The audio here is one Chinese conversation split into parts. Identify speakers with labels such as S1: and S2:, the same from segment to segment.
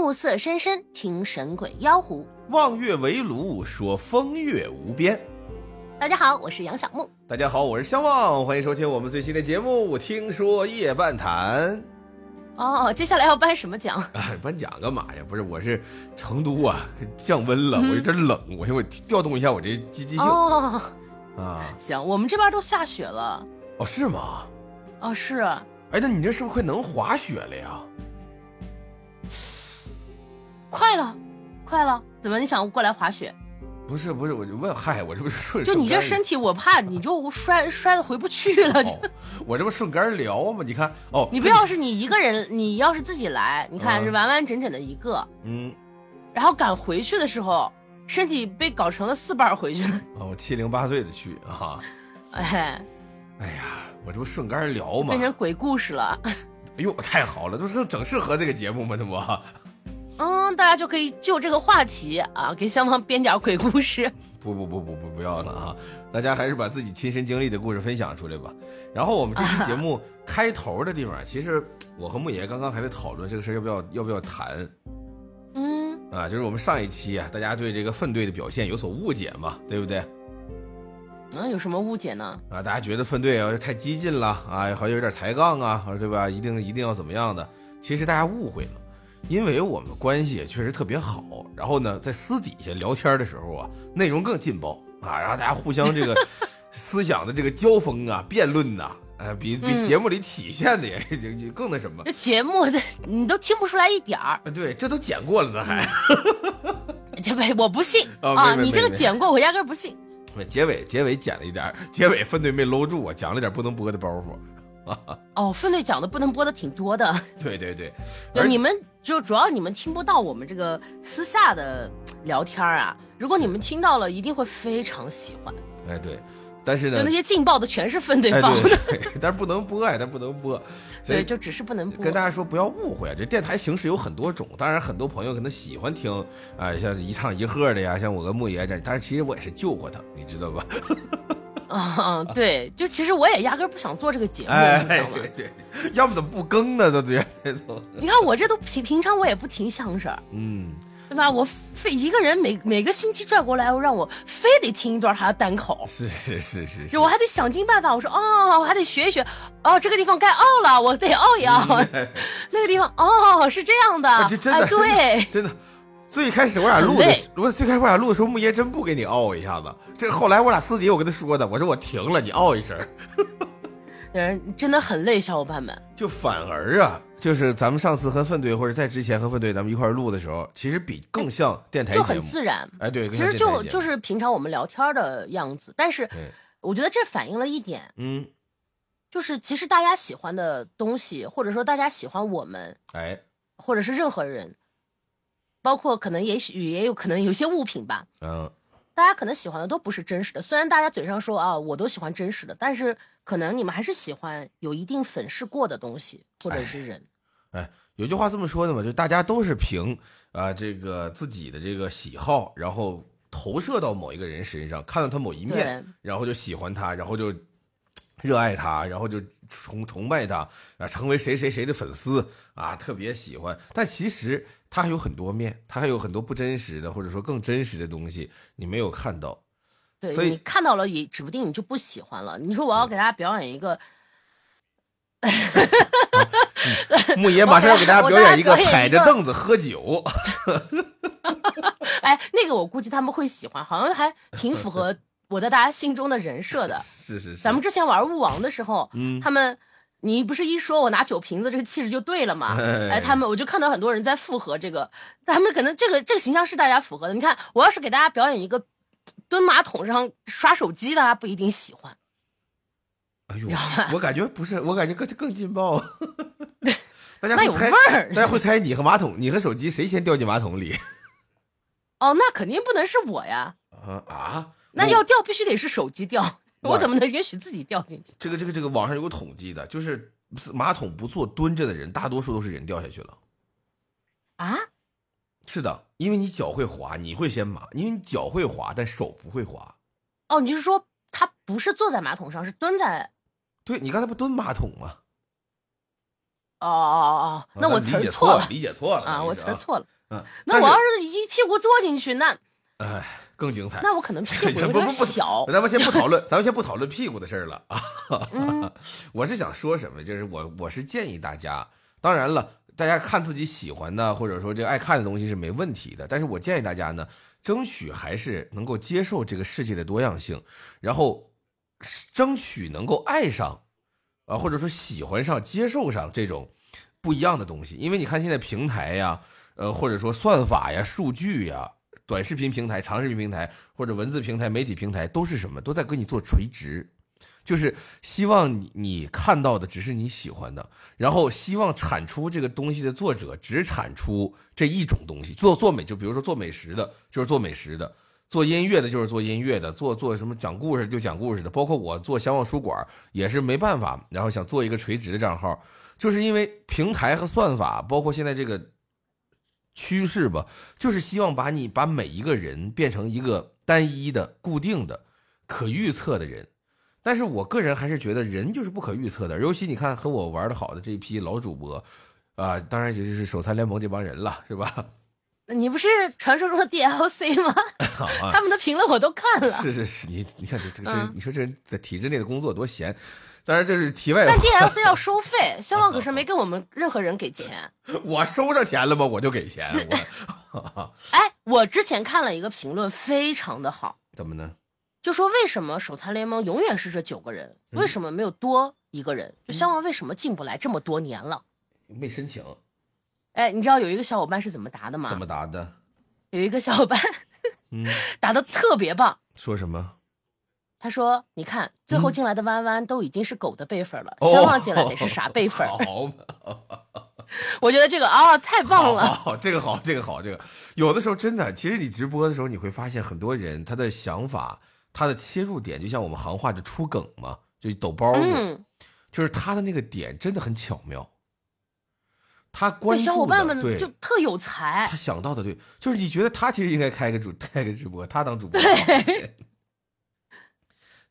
S1: 暮色深深，听神鬼妖狐。
S2: 望月为炉，说风月无边。
S1: 大家好，我是杨小木。
S2: 大家好，我是相望，欢迎收听我们最新的节目《听说夜半谈
S1: 哦，接下来要颁什么奖？》
S2: 啊，颁奖干嘛呀？不是，我是成都啊，降温了，我有点冷，我我调动一下我这积极性、
S1: 嗯哦，
S2: 啊。
S1: 行，我们这边都下雪了。
S2: 哦，是吗？
S1: 哦，是，
S2: 哎，那你这是不是快能滑雪了呀？
S1: 快了，快了。怎么你想过来滑雪？
S2: 不是不是，我就问，嗨，我这不是顺
S1: 就你这
S2: 顺
S1: 身体，我怕你 就摔摔的回不去了。
S2: 杆
S1: 就
S2: 哦，我这不顺杆聊吗？你看哦，
S1: 你不要是你一个人，你要是自己来，你看
S2: 嗯
S1: 是完完整整的一个，
S2: 嗯
S1: 然后赶回去的时候，身体被搞成了四瓣儿回去了。
S2: 啊，我七零八碎的去啊，
S1: 哎，
S2: 哎呀，我这不顺杆聊吗
S1: 变？成鬼故事了。
S2: 哎呦，太好了，这不是整适合这个节目吗？这不，
S1: 嗯，大家就可以就这个话题啊，给相方编点儿鬼故事。
S2: 不不不不不不要了啊！大家还是把自己亲身经历的故事分享出来吧。然后我们这期节目开头的地 方，其实我和牧野刚刚还在讨论这个事儿要不要要不要谈
S1: 嗯，
S2: 啊，就是我们上一期啊，大家对这个粪队的表现有所误解嘛，对不对？
S1: 嗯，有什么误解呢？
S2: 啊，大家觉得粪队啊太激进了啊，好像有点抬杠啊，啊对吧？一定一定要怎么样的？其实大家误会了，因为我们关系也确实特别好。然后呢，在私底下聊天的时候啊，内容更劲爆啊，然后大家互相 这个思想的这个交锋啊、辩论呐、呃，比比
S1: 嗯
S2: 节目里体现的也就就更那什么。
S1: 这节目的你都听不出来一点儿，
S2: 啊，对，这都剪过了呢，还。
S1: 这不我不信、
S2: 哦
S1: 啊！
S2: 没没
S1: 你这个
S2: 没
S1: 剪过，我压根儿不信。嗯
S2: 结尾结尾剪了一点儿，结尾分队没搂住我，讲了点不能播的包袱。
S1: 哦，分队讲的不能播的挺多 的，
S2: 对对对，
S1: 就
S2: 而且
S1: 你们就主要你们听不到我们这个私下的聊天儿啊。如果你们听到了，一定会非常喜欢。
S2: 哎对，但是呢
S1: 就那，些劲爆的全是分队
S2: 哎，
S1: 爆的，
S2: 对， 但是不能播呀，但不能播，所
S1: 对，
S2: 以
S1: 就只是不能播
S2: 跟。大家说不要误会啊，这电台形式有很多种，当然很多朋友可能喜欢听啊、像一唱一和的呀，像我跟牧野这，但是其实我也是救过他，你知 道吧？
S1: 啊、对，就其实我也压根儿不想做这个节目，
S2: 哎，
S1: 你知
S2: 对
S1: 道吗？
S2: 对，要不怎么不更呢？都对，
S1: 你看我这都平平常我也不听相声，
S2: 嗯，
S1: 对吧？我非一个人每每个星期拽过来，让我非得听一段他的单口，
S2: 是是是是是
S1: 就，我还得想尽办法。我说哦，我还得学一学，哦，这个地方该傲了，我得傲一傲。 那个地方哦，是这样的，
S2: 嗯啊这真的
S1: 哎对，
S2: 真的。最开始我俩录
S1: 很
S2: 的
S1: 累，
S2: 我最开始我俩录的时候，牧爷真不给你傲一下子。这后来我俩私底下我跟他说的，我说我停了，你傲一声。
S1: 人真的很累，小伙伴们。
S2: 就反而啊，就是咱们上次和粪队，或者在之前和粪队咱们一块儿录的时候，其实比更像电台
S1: 就
S2: 节
S1: 很
S2: 目。
S1: 自然。
S2: 哎，对，更
S1: 其
S2: 像
S1: 实
S2: 电台
S1: 就
S2: 节目
S1: 就是平常我们聊天的样子，但是
S2: 对
S1: 我觉得这反映了一点，
S2: 嗯，
S1: 就是其实大家喜欢的东西，或者说大家喜欢我们，
S2: 哎
S1: 或者是任何人，包括可能也许也有可能有些物品吧，
S2: 嗯，
S1: 大家可能喜欢的都不是真实的。虽然大家嘴上说啊，我都喜欢真实的，但是可能你们还是喜欢有一定粉饰过的东西或者是人。
S2: 哎，有句话这么说的嘛，就大家都是凭啊、这个自己的这个喜好，然后投射到某一个人身上，看到他某一面，
S1: 对
S2: 然后就喜欢他，然后就。热爱他，然后就崇崇拜他啊，成为谁谁谁的粉丝啊，特别喜欢。但其实他还有很多面，他还有很多不真实的，或者说更真实的东西，你没有 看到。
S1: 对
S2: 所以
S1: 你看到了也指不定你就不喜欢了。你说我要给大家表演一个，
S2: 牧野马上要给大家表演一
S1: 我
S2: 个
S1: 给大家表演一个
S2: 踩着凳子 喝酒，
S1: 哎，那个我估计他们会喜欢，好像还挺符合 我在大家心中的人设的。
S2: 是是是，
S1: 咱们之前玩物王的时候，
S2: 嗯
S1: 他们，你不是一说我拿酒瓶子这个气质就对了 嘛？
S2: 哎
S1: 哎，他们我就看到很多人在附和这个，他们可能这个这个形象是大家符合的。你看，我要是给大家表演一个蹲马桶上刷手机，大家不一定喜欢。
S2: 哎呦
S1: 知道吧，
S2: 我感觉不是，我感觉更更 劲爆。大家
S1: 那
S2: 会
S1: 有
S2: 猜
S1: 味，儿
S2: 大家会猜你和马桶，你和手机谁先掉进马桶里？
S1: 哦，那肯定不能是我呀，
S2: 啊啊！
S1: 那
S2: 我
S1: 要掉必须得是手机 掉，
S2: 我
S1: 我怎么能允许自己掉进去？
S2: 这个这个这个网上有个统计的，就是马桶不坐蹲着的人，大多数都是人掉下去了。
S1: 啊，
S2: 是的，因为你脚会滑，你会先麻，因为你脚会滑，但手不会滑。
S1: 哦，你是说他不是坐在马桶上，是蹲在？
S2: 对你刚才不蹲马桶吗？
S1: 哦哦哦，哦，那我词
S2: 理
S1: 儿
S2: 解
S1: 错
S2: 错
S1: 了
S2: 理解错了
S1: 啊，我词儿。
S2: 那意思
S1: 错了。
S2: 嗯，
S1: 那
S2: 但
S1: 我要
S2: 是
S1: 是一屁股坐进去， 那
S2: 哎，更精彩。
S1: 那我可能屁股有
S2: 不
S1: 点
S2: 不不
S1: 小。
S2: 咱们先不讨论，咱们先不讨论屁股的事儿了啊。
S1: 嗯，
S2: 我是想说什么，就是我我是建议大家，当然了，大家看自己喜欢的或者说这个爱看的东西是没问题的，但是我建议大家呢，争取还是能够接受这个世界的多样性，然后争取能够爱上，啊，或者说喜欢上、接受上这种不一样的东西，因为你看现在平台呀，呃，或者说算法呀、数据呀。短视频平台、长视频平台或者文字平台、媒体平台都是什么？都在给你做垂直，就是希望你你看到的只是你喜欢的，然后希望产出这个东西的作者只产出这一种东西。做做美就比如说做美食的，就是做美食的；做音乐的，就是做音乐的；做做什么讲故事就讲故事的。包括我做相望书馆也是没办法，然后想做一个垂直的账号，就是因为平台和算法，包括现在这个趋势吧，就是希望把你把每一个人变成一个单一的、固定的、可预测的人。但是我个人还是觉得人就是不可预测的，尤其你看和我玩的好的这一批老主播，啊、当然也就是手残联盟这帮人了，是吧？
S1: 你不是传说中的 DLC 吗？
S2: 好啊
S1: 他们的评论我都看 了，
S2: 是是是，你你看这这个这
S1: 嗯
S2: 人，你说这人在体制内的工作多闲，当然这是题外话
S1: 但。DLC 要收费，肖望可是没给我们任何人给钱。
S2: 我收上钱了吗？我就给钱， 我
S1: 哎，我之前看了一个评论，非常的好，
S2: 怎么呢？
S1: 就说为什么手残联盟永远是这九个人，为
S2: 嗯
S1: 什么没有多一个人？就肖望为什么进不来这么多年了？
S2: 没申请，
S1: 哎，你知道有一个小伙伴是怎么答的吗？
S2: 怎么答的？
S1: 有一个小伙伴
S2: 嗯，
S1: 答的特别棒，
S2: 说什么？
S1: 他说：“你看，最后进来的弯弯都已经是狗的辈分了，
S2: 嗯哦
S1: 肖望进来得是啥辈分？
S2: 好嘛。
S1: 我觉得这个啊、太棒
S2: 好
S1: 了，
S2: 好，这个好，这个好，这个有的时候真的，其实你直播的时候，你会发现很多人他的想法，他的切入点，就像我们行话就出梗嘛，就抖包子，
S1: 嗯，
S2: 就是他的那个点真的很巧妙。他关
S1: 对，
S2: 注
S1: 小伙伴
S2: 的
S1: 们
S2: 对
S1: 就哎特有才
S2: 他。想到的对，就是你觉得他其实应该开个主开个直播， 他当主播。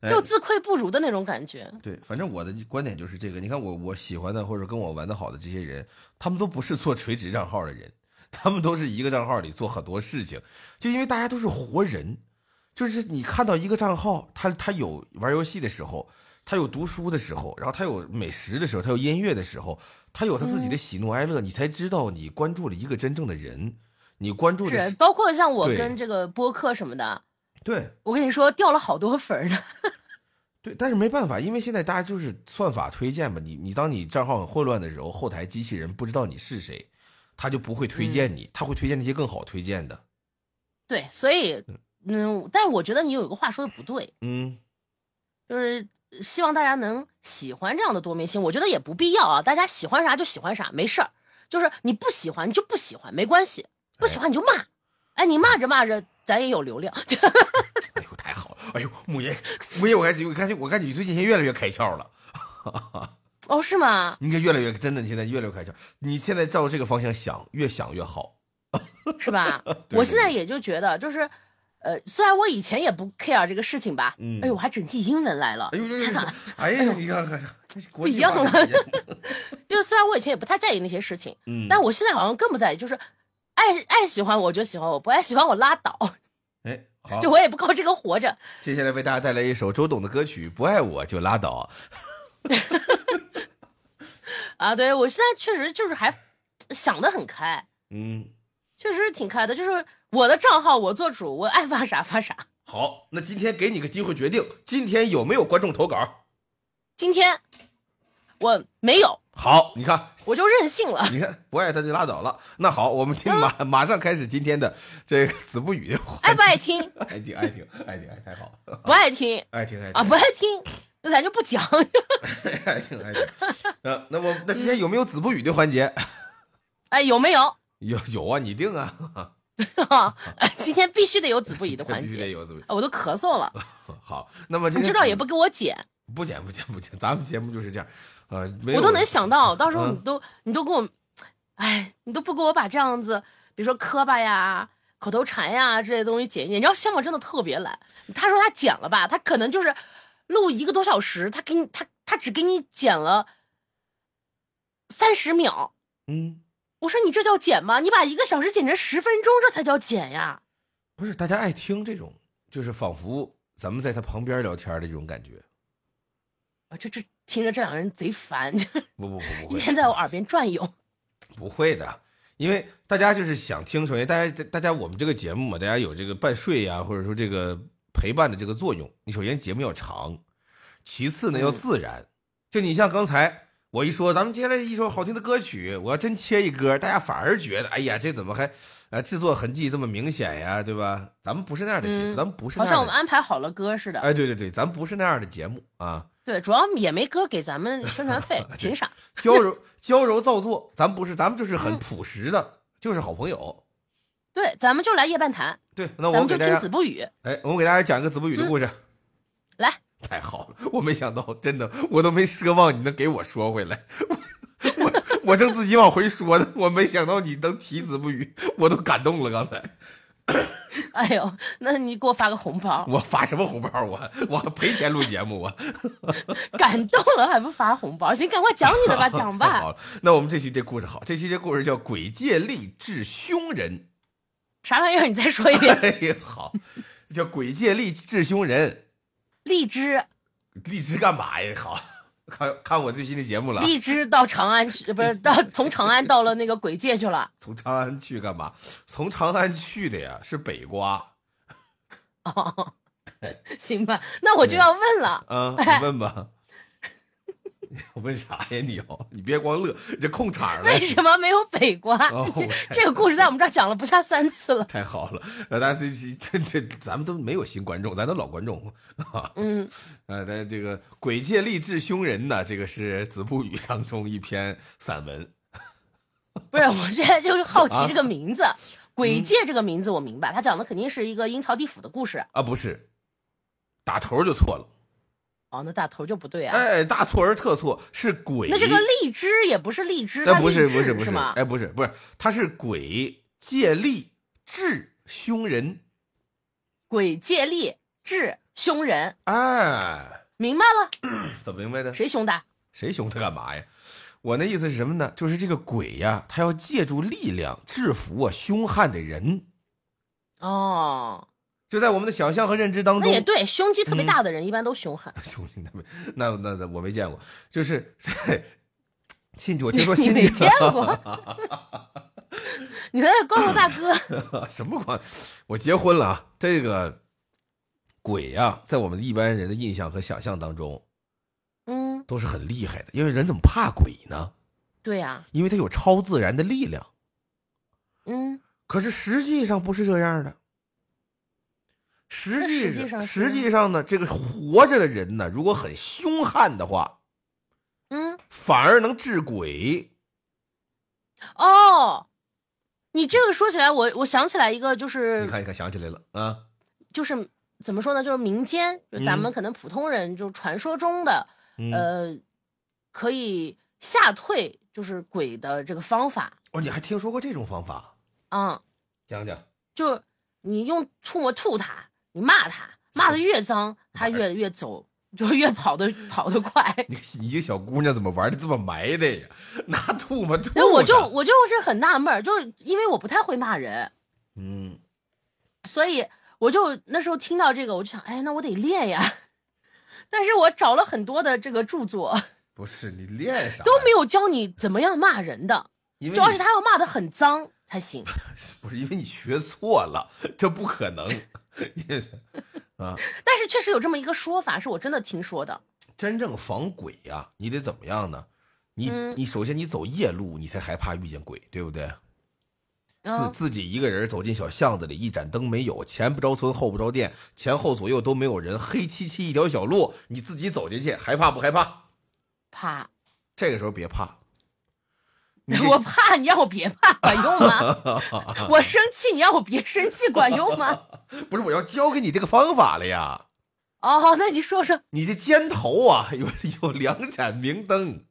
S2: 哎
S1: 就自愧不如的那种感觉。
S2: 对，反正我的观点就是这个。你看我我喜欢的或者跟我玩的好的这些人，他们都不是做垂直账号的人，他们都是一个账号里做很多事情。就因为大家都是活人，就是你看到一个账号，他他有玩游戏的时候，他有读书的时候，然后他有美食的时候，他有音乐的时候，他有他自己的喜怒哀乐，你才知道你关注了一个真正的人，你关注的
S1: 是
S2: 是，
S1: 包括像我
S2: 对
S1: 跟这个播客什么的，
S2: 对
S1: 我跟你说掉了好多粉儿呢。
S2: 对，但是没办法，因为现在大家就是算法推荐嘛，你你当你账号很混乱的时候，后台机器人不知道你是谁，他就不会推荐
S1: 嗯
S2: 你，他会推荐那些更好推荐的。
S1: 对，所以嗯，但我觉得你有一个话说的不对，
S2: 嗯，
S1: 就是希望大家能喜欢这样的多面性。我觉得也不必要啊，大家喜欢啥就喜欢啥，没事儿。就是你不喜欢你就不喜欢，没关系，不喜欢你就骂。哎，你骂着骂着，咱也有流量。
S2: 哎呦，太好了！哎呦，母爷，母爷，我感觉我感觉我感觉你最近越来越开窍了，
S1: 哦，是吗？
S2: 你应该越来越真的，你现在越来越开窍。你现在照这个方向想，越想越好。？
S1: 是吧
S2: 对
S1: 我
S2: 对
S1: 现在也就觉得，就是，呃，虽然我以前也不 care 这个事情吧，
S2: 嗯
S1: 哎呦，我还整起英文来了
S2: 哎。呦，哎呦，哎呀，你看看，不
S1: 不一样了。就是虽然我以前也不太在意 那些事情，
S2: 嗯，
S1: 但我现在好像更不在意，就是爱爱喜欢我就喜欢我，不爱喜欢我拉倒，
S2: 哎，好
S1: 就，我也不靠这个活着。
S2: 接下来为大家带来一首周董的歌曲《不爱我就拉倒》。
S1: 啊，对我现在确实就是还想得很开，
S2: 嗯，
S1: 确实挺开的。就是我的账号我做主，我爱发啥发啥。
S2: 好，那今天给你个机会决定，今天有没有观众投稿？
S1: 今天我没有，
S2: 好，你看，
S1: 我就任性了。
S2: 你看，不爱他就拉倒了。那好，我们 听马马上开始今天的这个子不语的话
S1: 爱不爱 听？
S2: 爱听爱听爱听爱太好了，
S1: 不爱听
S2: 爱听爱
S1: 啊，
S2: 听
S1: 不爱听，那咱就不讲。
S2: 爱听
S1: 啊
S2: 爱听。呃， 那我那今天有没有子不语的环节？
S1: 哎，有没有？
S2: 有有啊，你定啊，
S1: 今天必须得有子不语的环
S2: 必须得
S1: 节。
S2: 有子不语。
S1: 啊我都咳嗽了，
S2: 好，那么今
S1: 你
S2: 天
S1: 知道也
S2: 子
S1: 不给我剪。
S2: 不剪不剪不剪，咱们节目就是这样，呃，没有
S1: 我都能想到，到时候
S2: 嗯
S1: 你都、你都给我，哎，你都不给我把这样子，比如说磕巴呀、口头禅呀这些东西剪一剪。你知道香港真的特别懒，他说他剪了吧，他可能就是录一个多小时，他给你他他只给你剪了三十秒，
S2: 嗯
S1: 我说你这叫减吗？你把一个小时减成十分钟，这才叫减呀！
S2: 不是大家爱听这种，就是仿佛咱们在他旁边聊天的这种感觉。
S1: 啊，这这听着这两个人贼烦，就
S2: 不不不不
S1: 一
S2: 会，
S1: 天在我耳边转悠。
S2: 不会的，因为大家就是想听，首先大家大家我们这个节目嘛，大家有这个伴睡呀、或者说这个陪伴的这个作用。你首先节目要长，其次呢
S1: 嗯
S2: 要自然。就你像刚才我一说，咱们接下来一首好听的歌曲，我要真切一歌，大家反而觉得，哎呀，这怎么还呃制作痕迹这么明显呀，对吧？咱们不是那样的节目，
S1: 嗯
S2: 咱们不是
S1: 好
S2: 那
S1: 像我
S2: 样
S1: 们
S2: 的。
S1: 安排好了歌似的。
S2: 哎，对对对，咱不是那样的节目啊，
S1: 对，主要也没歌给咱们宣传 费，凭啥？
S2: 娇柔娇柔造作，咱不是，咱们就是
S1: 嗯
S2: 很朴实的，就是好朋友。
S1: 对，咱们就来夜半谈，
S2: 对，那
S1: 咱
S2: 我
S1: 们
S2: 给
S1: 就
S2: 大
S1: 听
S2: 家
S1: 子不语。
S2: 哎，我给大家讲一个子不语的故事。
S1: 嗯来，
S2: 太好了，我没想到，真的，我都没奢望你能给我说回来。我我我正自己往回说呢，我没想到你能提子不语，我都感动了。刚才
S1: 哎呦，那你给我发个红包，
S2: 我发什么红包啊？我我还赔钱录节目啊？
S1: 感动了还不发红包？行，赶快讲你的 吧，讲
S2: 太
S1: 吧。
S2: 好了，那我们这期这故事好，这期这故事叫《鬼界力治凶人》。
S1: 啥玩意儿？你再说一遍。
S2: 哎呀，好，叫《鬼界力治凶人
S1: 荔枝，》，
S2: 荔枝干嘛呀？好，看看我最新的节目了。啊
S1: 荔枝到长安去，不是到从长安到了那个鬼界去了。
S2: 从长安去干嘛？从长安去的呀，是北瓜。
S1: 哦，行吧，那我就要问了，
S2: 嗯，你问吧。 我问啥呀你？哦，你别光乐，你这空场了
S1: 为。什么没有北瓜？
S2: 哦
S1: 这
S2: 我
S1: 这个故事在我们这儿讲了不下三次 了。
S2: 太好了，那大家这期这这咱们都没有新观众，咱都老观众啊。
S1: 嗯，
S2: 呃，那这个《鬼界励志凶人》呢，这个是子不语当中一篇散文。
S1: 不是，我现在就是好
S2: 啊
S1: 奇这个名
S2: 嗯
S1: 字。鬼界这个名字我明白，他讲的肯定是一个阴曹地府的故事。
S2: 啊，不是，打头就错了，
S1: 哦，那打头就不对啊。
S2: 哎，大错而特错，是鬼。
S1: 那这个荔枝也不是荔枝，
S2: 哎，
S1: 它
S2: 不是
S1: 荔
S2: 不是
S1: 枝
S2: 不
S1: 是
S2: 是，
S1: 吗？
S2: 哎，不是不是，他是鬼借力治凶人，
S1: 鬼界荔治凶人，
S2: 哎，
S1: 明白了？
S2: 怎么明白的？
S1: 谁凶的？
S2: 谁凶他干嘛呀？我那意思是什么呢？就是这个鬼呀，他要借助力量制服啊凶悍的人，
S1: 哦，
S2: 就在我们的想象和认知当
S1: 那
S2: 中
S1: 也。对，胸肌特别大的
S2: 嗯
S1: 人一般都凶狠。
S2: 兄弟，那没那那那我没见过，就是 亲戚， 我听
S1: 你
S2: 说
S1: 你
S2: 亲
S1: 没
S2: 戚
S1: 见过？你在那光头大 哥，
S2: 什么关？我结婚了啊！这个鬼呀、在我们一般人的印象和想象当中
S1: 嗯，
S2: 都是很厉害的，因为人怎么怕鬼呢？
S1: 对呀、
S2: 因为他有超自然的力量。
S1: 嗯，
S2: 可是实际上不是这样的。实
S1: 那
S2: 际
S1: 实际上是
S2: 实际上呢，这个活着的人呢，如果很凶悍的话，
S1: 嗯，
S2: 反而能治鬼。
S1: 哦，你这个说起来，我我想起来一个，就
S2: 你
S1: 是
S2: 看，你看，想起来了啊，
S1: 就是怎么说呢，就是民间，就咱们可能普通人就传说中的，
S2: 嗯，
S1: 呃，可以吓退就是鬼的这个方法
S2: 哦，你还听说过这种方法？
S1: 啊、
S2: 讲讲。
S1: 就是你用唾沫吐它，你骂它，骂的越脏，
S2: 哎
S1: 它越越走，就越跑的跑得快。
S2: 你你一个小姑娘怎么玩的这么埋汰呀？拿吐沫吐
S1: 然后我就
S2: 的
S1: 我就是很纳闷儿，就是因为我不太会骂人，
S2: 嗯，
S1: 所以我就那时候听到这个，我就想，哎，那我得练呀。 但是我找了很多的这个著作，
S2: 不是你练啥呀？
S1: 都没有教你怎么样骂人的，
S2: 因为
S1: 主要是
S2: 你
S1: 他要骂的很脏才行。
S2: 不是因为你学错了，这不 可能。 因为啊，
S1: 但是确实有这么一个说法，是我真的听说的。
S2: 真正防鬼呀、你得怎么样呢？你、
S1: 嗯
S2: 你首先你走夜路，你才害怕遇见鬼，对不对？自
S1: 嗯，
S2: 自己一个人走进小巷子里，一盏灯没有，前不着村后不着店，前后左右都没有人，黑漆漆一条小路，你自己走进去，害怕不害怕？
S1: 怕，
S2: 这个时候别怕，你这
S1: 我怕你让我别怕，管用吗？ 我生气你让我别生气，管用吗？
S2: 不是我要教给你这个方法了呀。
S1: 哦，那你说说，
S2: 你这肩头啊， 有有两盏 明灯，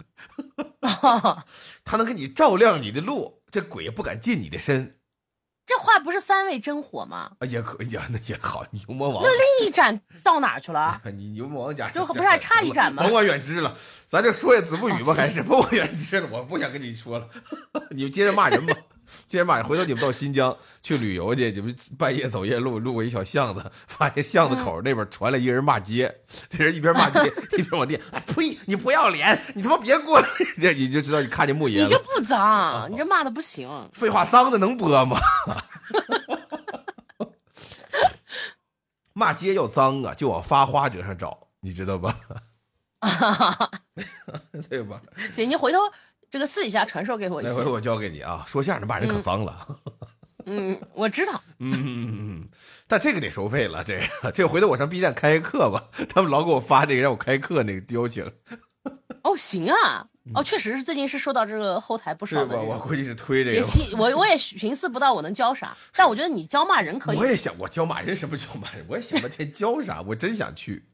S1: 哦
S2: 它能给你照亮你的路，这鬼也不敢近你的身。
S1: 这话不是三味真火吗？
S2: 啊，也可以啊，那也好，牛魔王，
S1: 那另一盏到哪儿去了？
S2: 你牛魔王家
S1: 就不是还差一盏吗
S2: 甭管远支了，咱就说下子不语 吧，
S1: 啊
S2: 还是甭管远支了，我不想跟你说了， 你们接着骂人吧，接着骂人。回头你们到新疆去旅游去，你们半夜走夜路，路过一小巷子，发现巷子口那边传来一个人骂街，这人一边 骂街一边往地，哎呸，你不要脸，你他妈别过来， 这你就知道你看见莫言
S1: 你这
S2: 了。
S1: 不脏，你这骂的不行。
S2: 废话，脏的能播吗？骂街要脏啊，就往发花折上找，你知 道吧？对吧？
S1: 行，你回头这个私底下传授给我一
S2: 那回
S1: 些。
S2: 我教给你啊，说相声的骂人可脏了，
S1: 嗯，我知道。
S2: 嗯嗯嗯嗯，但这个得收费了，这个这个回头我上 B 站开个课吧，他们老给我发那个让我开课那个邀请，
S1: 哦，行啊。哦，确实是最近是收到这个后台不
S2: 嗯是
S1: 少的
S2: 吧？
S1: 这
S2: 我
S1: 种。
S2: 估计是推这
S1: 也
S2: 个吧。
S1: 寻我我也寻思不到我能教啥，但我觉得你教骂人可以
S2: 我。也想，我教马人什么教马人，我 也想半天教啥，我真想去。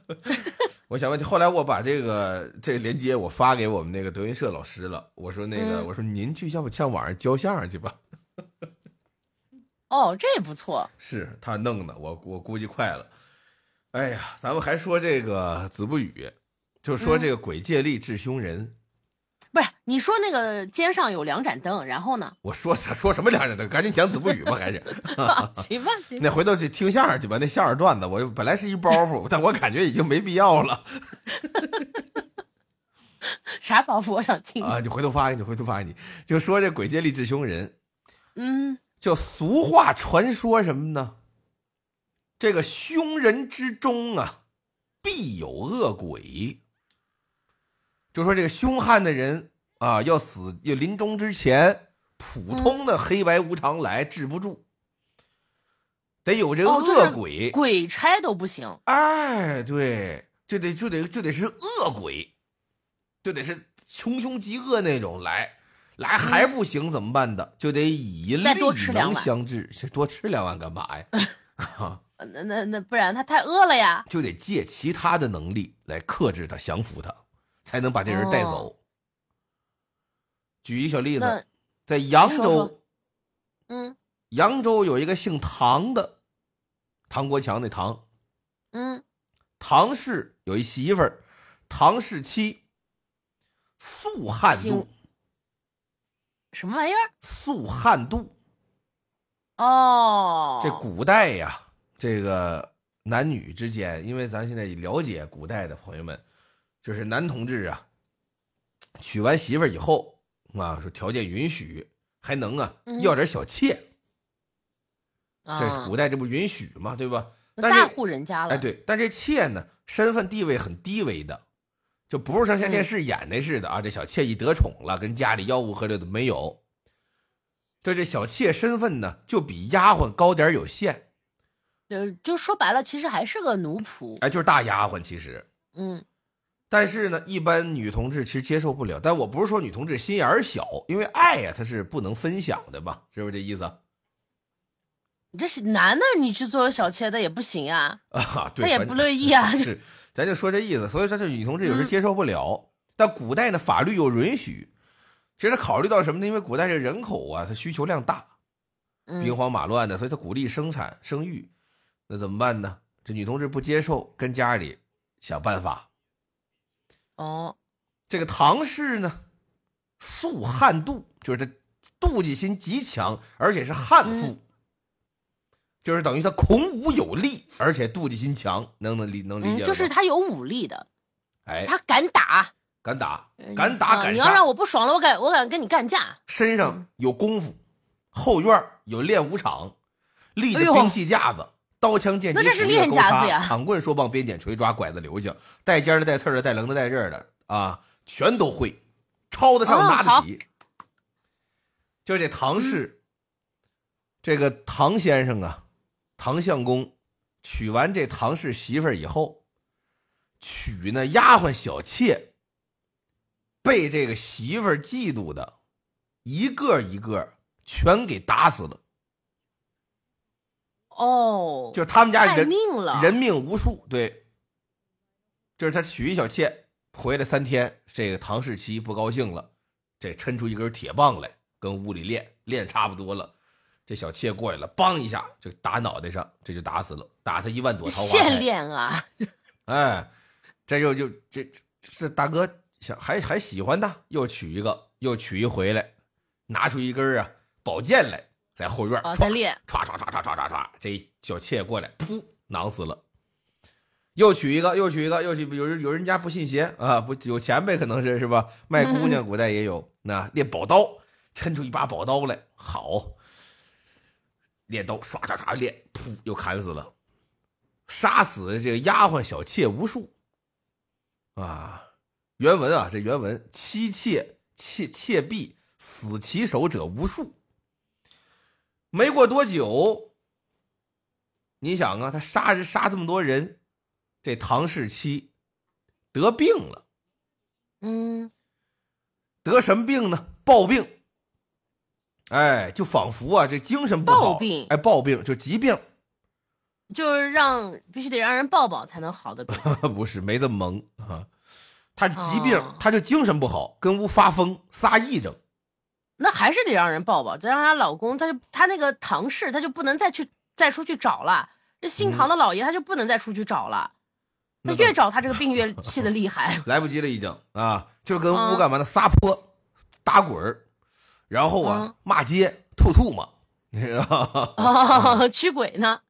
S2: 我想问，后来我把这个这个链接我发给我们那个德云社老师了，我说那个、
S1: 嗯
S2: 我说您去要不上网上教相声去吧，
S1: 哦，这也不错。
S2: 是他弄的，我我估计快了。哎呀，咱们还说这个子不语，就说
S1: 嗯
S2: 这个鬼借力治凶人。
S1: 不是你说那个肩上有两盏灯，然后 呢？
S2: 我说啥说什么两人的，赶紧讲子不语吧，还是
S1: 啊行吧，行吧，
S2: 那回头去听相声去吧，那相声段子我本来是一包袱，但我感觉已经没必要了。
S1: 啥包袱我想 听。
S2: 啊，你回头发给你，回头发给你，就说这鬼借力治凶人，
S1: 嗯，
S2: 就俗话传说什么呢？这个凶人之中啊，必有恶鬼。就说这个凶悍的人啊，要死要临终之前，普通
S1: 嗯
S2: 的黑白无常来治不住，得有这个
S1: 哦就是
S2: 恶鬼。
S1: 鬼差都不行。
S2: 哎，对，就得就得就得是恶鬼，就得是穷凶极恶那种来。来还不行怎么办的？就得以
S1: 再
S2: 力
S1: 多吃两
S2: 能
S1: 碗
S2: 相治，这多吃两碗干嘛呀？
S1: 呃那那那不然他太饿了呀。
S2: 就得借其他的能力来克制他、降服他，才能把这人带走。举一小例
S1: 哦那
S2: 子，在扬州，
S1: 说说嗯
S2: 扬州有一个姓唐的，唐国强那唐，
S1: 嗯，
S2: 唐氏有一媳妇儿，唐氏妻，素汉
S1: 姓
S2: 度，
S1: 什么玩意儿？
S2: 素汉度，
S1: 哦，
S2: 这古代呀，这个男女之间，因为咱现在了解古代的朋友们，就是男同志啊，娶完媳妇儿以后啊，说条件允许，还能啊
S1: 嗯
S2: 要点小妾，这
S1: 啊
S2: 古代这不允许嘛，对吧？
S1: 那
S2: 但
S1: 大
S2: 是
S1: 户人家了。
S2: 哎，，对，但这妾呢，身份地位很低微的，就不是像现在电
S1: 嗯
S2: 视演的似的啊，这小妾一得宠了，跟家里吆五喝六的没有。这这小妾身份呢，就比丫鬟高点儿有限，
S1: 就呃就说白了，其实还是个奴仆。
S2: 哎，就是大丫鬟其实。
S1: 嗯
S2: 但是呢，一般女同志其实接受不了。但我不是说女同志心眼儿小，因为爱呀、它是不能分享的嘛，是不是这意思啊？
S1: 你这是男的，你去作为小妾的也不行啊。
S2: 啊，对，
S1: 他也
S2: 反
S1: 不
S2: 正，
S1: 乐意啊就是
S2: 咱就说这意思。所以说，这女同志有时
S1: 嗯
S2: 接受不了，但古代呢，法律又允许。其实他考虑到什么呢？因为古代这人口啊，它需求量大，兵
S1: 嗯
S2: 荒马乱的，所以他鼓励生产生育。那怎么办呢？这女同志不接受，跟家里想办法。
S1: 哦，
S2: 这个唐氏呢，素汉妒，就是他妒忌心极强，而且是悍
S1: 嗯
S2: 妇，就是等于他孔武有力，而且妒忌心强，能能理能理
S1: 嗯，
S2: 解了吗、
S1: 就是他有武力的，
S2: 哎，
S1: 他敢打，
S2: 敢打，
S1: 嗯
S2: 敢打，
S1: 啊
S2: 敢
S1: 你要让
S2: 杀，
S1: 我不嗯爽了，我敢我敢跟你干架。
S2: 身上有功夫，后院有练武场，立
S1: 哎
S2: 着
S1: 呦
S2: 兵器架子，刀枪剑戟，
S1: 那这是
S2: 斧钺
S1: 练家子呀
S2: 钩叉躺棍槊棒鞭锏锤抓拐子留下，带尖儿的带刺儿的带棱的带刃儿的啊，全都会，抄得上
S1: 哦
S2: 拿
S1: 好嗯
S2: 得起。就这唐氏，这个唐先生啊，唐相公娶完这唐氏媳妇儿以后，娶那丫鬟小妾，被这个媳妇儿嫉妒的，一个一个全给打死了。
S1: 哦，
S2: 就是他们家
S1: 害
S2: 人
S1: 命了。
S2: 人命无数，对。就是他娶一小妾，回来三天，这个唐氏妻不高兴了，这抻出一根铁棒来跟屋里练，练差不多了，这小妾过来了，梆一下就打脑袋上，这就打死了，打他一万朵 桃花
S1: 现
S2: 开。
S1: 练啊，
S2: 哎，这就就这这这大哥想还还喜欢他，又娶一个，又娶一回来，拿出一根儿啊宝剑来，在后院
S1: 啊，
S2: 歘
S1: 在练，
S2: 唰唰唰唰唰唰唰，这小妾过来，噗，囊死了。又娶一个，又娶一个，又娶有人有人家不信邪啊，不有钱呗，可能是是吧？卖姑娘，古代也有那练宝刀，抻出一把宝刀来，好，练刀唰唰唰练，噗，又砍死了，杀死这个丫鬟小妾无数啊。原文啊，这原文妻妾妾妾婢死其手者无数，没过多久，你想啊，他杀人杀这么多人，这唐氏妻得病了，
S1: 嗯，
S2: 得什么病呢？暴病。哎，就仿佛啊，这精神不好，
S1: 暴病
S2: 哎，暴病就疾病，
S1: 就是让必须得让人抱抱才能好的 病
S2: 不是没这么萌啊，他是疾病，
S1: 哦
S2: 他就精神不好，跟屋发疯，仨癔症。
S1: 那还是得让人抱抱，再让她老公，她就她那个唐氏，她就不能再去再出去找了。这姓唐的老爷，他就不能再出去找了。
S2: 那
S1: 那
S2: 倒
S1: 越找他这个病越气的厉 害
S2: 来不及了，已经啊，就跟屋
S1: 啊
S2: 干嘛呢？撒泼、打滚儿，然后啊
S1: 啊
S2: 骂街、吐吐 沫，你知道吗？嗯
S1: 哦，驱鬼呢？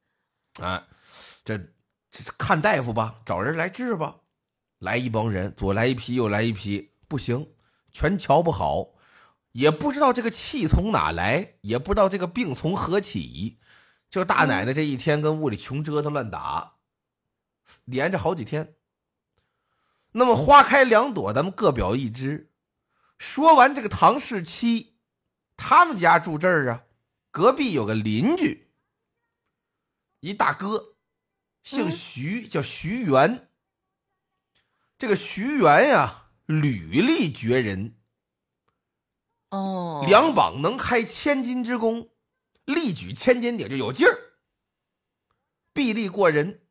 S2: 哎，这这看大夫吧，找人来治吧。来一帮人，左来一批，右来一批，不行，全瞧不好，也不知道这个气从哪来，也不知道这个病从何起。就大奶奶这一天跟屋里穷折腾乱打，连着好几天。那么花开两朵，咱们各表一枝。说完这个唐氏妻，他们家住这儿啊，隔壁有个邻居，一大哥，姓
S1: 嗯
S2: 徐，叫徐元。这个徐元呀、履历绝人，
S1: 哦，
S2: 两膀能开千斤之功，力举千斤顶就有劲儿，臂力过人。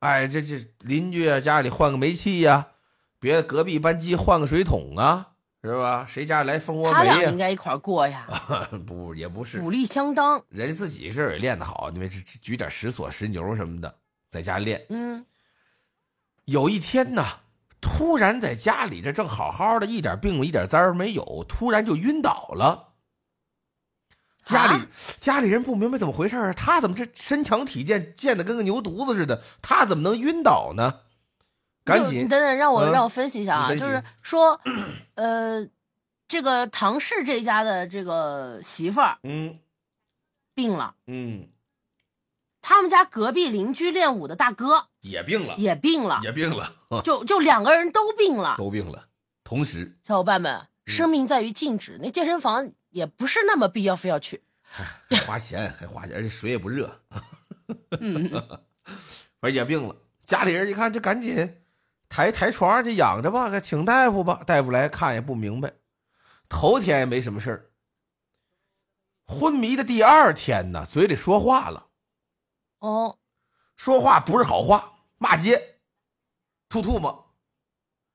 S2: 哎，这这邻居啊，家里换个煤气呀、别的隔壁班机换个水桶啊，是吧？谁家来蜂窝
S1: 他
S2: 煤
S1: 俩应
S2: 呀、
S1: 该一块儿过呀，
S2: 不，也不是，
S1: 武力相当。
S2: 人家自己这儿也练得好，你们这这举点石锁、石牛什么的，在家练。
S1: 嗯
S2: 有一天呢，突然在家里这正好好的，一点病一点灾儿没有，突然就晕倒了。家里
S1: 啊
S2: 家里人不明白怎么回事儿，他怎么这身强体健，健得跟个牛犊子似的，他怎么能晕倒呢？赶
S1: 就
S2: 紧
S1: 你等等，让我、
S2: 嗯
S1: 让我分析一下啊，
S2: 你分析
S1: 就是说， 呃，这个唐氏这家的这个媳妇儿
S2: 嗯
S1: 病了，
S2: 嗯，
S1: 他们家隔壁邻居练武的大哥
S2: 也病了，
S1: 也病了，
S2: 也病了，啊
S1: 就就两个人都病了。
S2: 都病嗯了，同时
S1: 小伙伴们，生命在于静止，那健身房也不是那么必要非要去。
S2: 还花钱，还花钱，而且水也不热，
S1: 嗯，
S2: 反正也病了。家里人一看，这赶紧抬抬床上去养着吧，请大夫吧。大夫来看也不明白，头天也没什么事儿。昏迷的第二天呢，嘴里说话了，
S1: 哦，
S2: 说话不是好话，骂街，吐吐沫，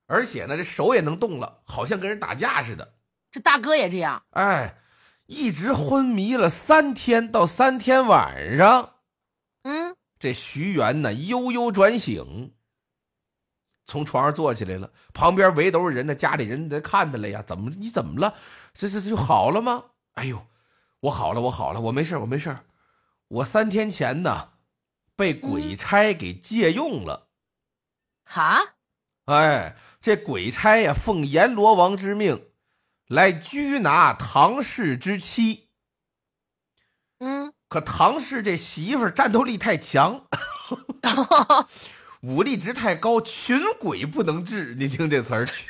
S2: 而且呢，这手也能动了，好像跟人打架似的。
S1: 这大哥也这样，
S2: 哎，一直昏迷了三天，到三天晚上，
S1: 嗯，
S2: 这徐元呢，悠悠转醒，从床上坐起来了。旁边围都是人呢，家里人在看他了呀。怎么你怎么了？这这这就好了吗？哎呦，我好了，我好了，我没事儿，我没事儿。我三天前呢，被鬼差给借用了。
S1: 哈，
S2: 哎，这鬼差呀、奉阎罗王之命，来拘拿唐氏之妻。
S1: 嗯，
S2: 可唐氏这媳妇儿战斗力太强，武力值太高，群鬼不能治。你听这词儿，群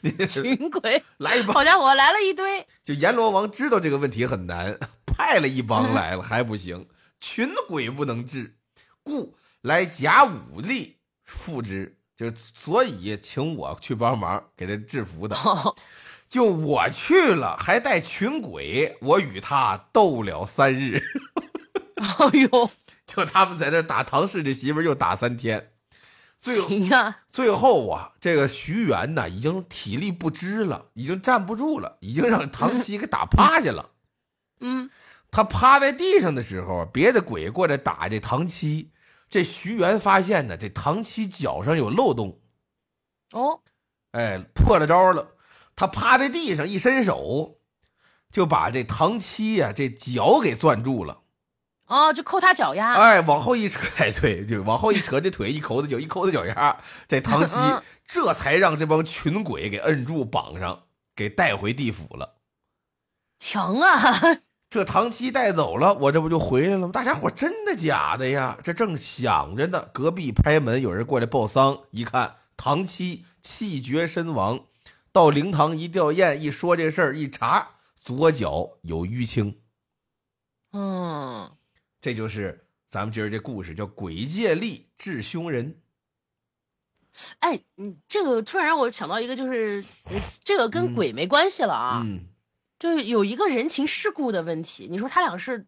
S2: 你
S1: 群鬼，
S2: 来一帮，
S1: 好家伙，来了一堆，
S2: 就阎罗王知道这个问题很难，派了一帮来了还不行，群鬼不能治，故来假武力复之，就所以请我去帮忙给他制 服的。
S1: 哦，
S2: 就我去了，还带群鬼，我与他斗了三日。
S1: 哎呦，
S2: 就他们在那打唐氏这媳妇儿又打三天，最后
S1: 行啊，
S2: 最后啊，这个徐元呐，已经体力不支了，已经站不住了，已经让唐七给打趴下了。
S1: 嗯，
S2: 他趴在地上的时候，别的鬼过来打这唐七，这徐元发现呢，这唐七脚上有漏洞，
S1: 哦，
S2: 哎，破了招了。他趴在地上一伸手，就把这唐七呀、这脚给攥住了。
S1: 哦，就抠他脚丫，
S2: 哎，往后一扯，哎，对，就往后一扯，这腿一抠的脚，一抠的脚丫，这唐七
S1: 嗯
S2: 这才让这帮群鬼给摁住绑上，给带回地府了。
S1: 强啊！
S2: 这唐七带走了，我这不就回来了吗？大家伙真的假的呀？这正想着呢，隔壁拍门，有人过来报丧，一看唐七气绝身亡，到灵堂一吊唁，一说这事儿，一查左脚有淤青，
S1: 嗯，
S2: 这就是咱们今儿这故事，叫鬼借力治凶人。
S1: 哎，你这个突然让我想到一个，就是呃这个跟鬼没关系了啊，
S2: 嗯，
S1: 就是有一个人情世故的问题。你说他俩是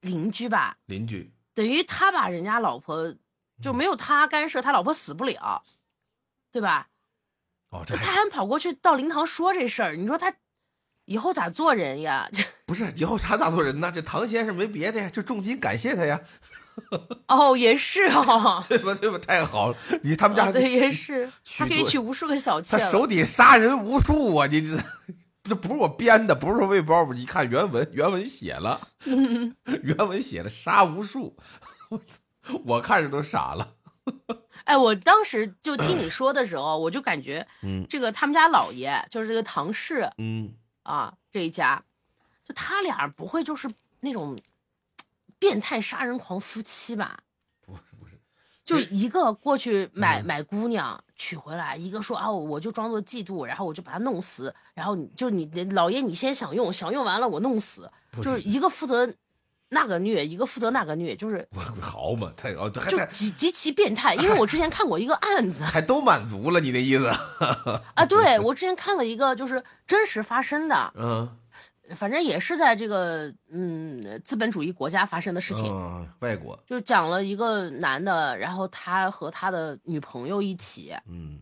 S1: 邻居吧？
S2: 邻居，
S1: 等于他把人家老婆就
S2: 嗯
S1: 没有他干涉，他老婆死不了，对吧？
S2: 哦，这
S1: 他
S2: 还
S1: 还跑过去到灵堂说这事儿，你说他以后咋做人呀？ 这
S2: 不是以后他咋做人呢？这唐先生没别的呀，就重金感谢他呀，
S1: 哦，也是哦，
S2: 对吧？对吧？太好了，你他们家、
S1: 哦对，也是，
S2: 娶
S1: 他可以
S2: 多
S1: 娶无数个小妾
S2: 他
S1: 了。
S2: 手底杀人无数啊！你这这不是我编的，不是说喂包袱，你看原文，原文写了， 原文写了杀无数，我操我看着都傻了。
S1: 哎，我当时就听你说的时候，我就感觉
S2: 嗯
S1: 这个他们家老爷就是这个唐氏
S2: 嗯，
S1: 啊这一家，就他俩不会就是那种变态杀人狂夫妻吧？
S2: 不是不是，
S1: 就一个过去买买姑娘娶回来，一个说啊，我就装作嫉妒，然后我就把他弄死，然后你就你老爷你先享用，享用完了我弄死，
S2: 不
S1: 就是是一个负责那个虐，一个负责那个虐，就是
S2: 我我好嘛，太哦还
S1: 就
S2: 还
S1: 极极其变态。因为我之前看过一个案子
S2: 还都满足了，你的意 思？
S1: 啊，对我之前看了一个就是真实发生的，
S2: 嗯
S1: 反正也是在这个嗯资本主义国家发生的事情。
S2: 嗯，外国，
S1: 就讲了一个男的，然后他和他的女朋友一起，
S2: 嗯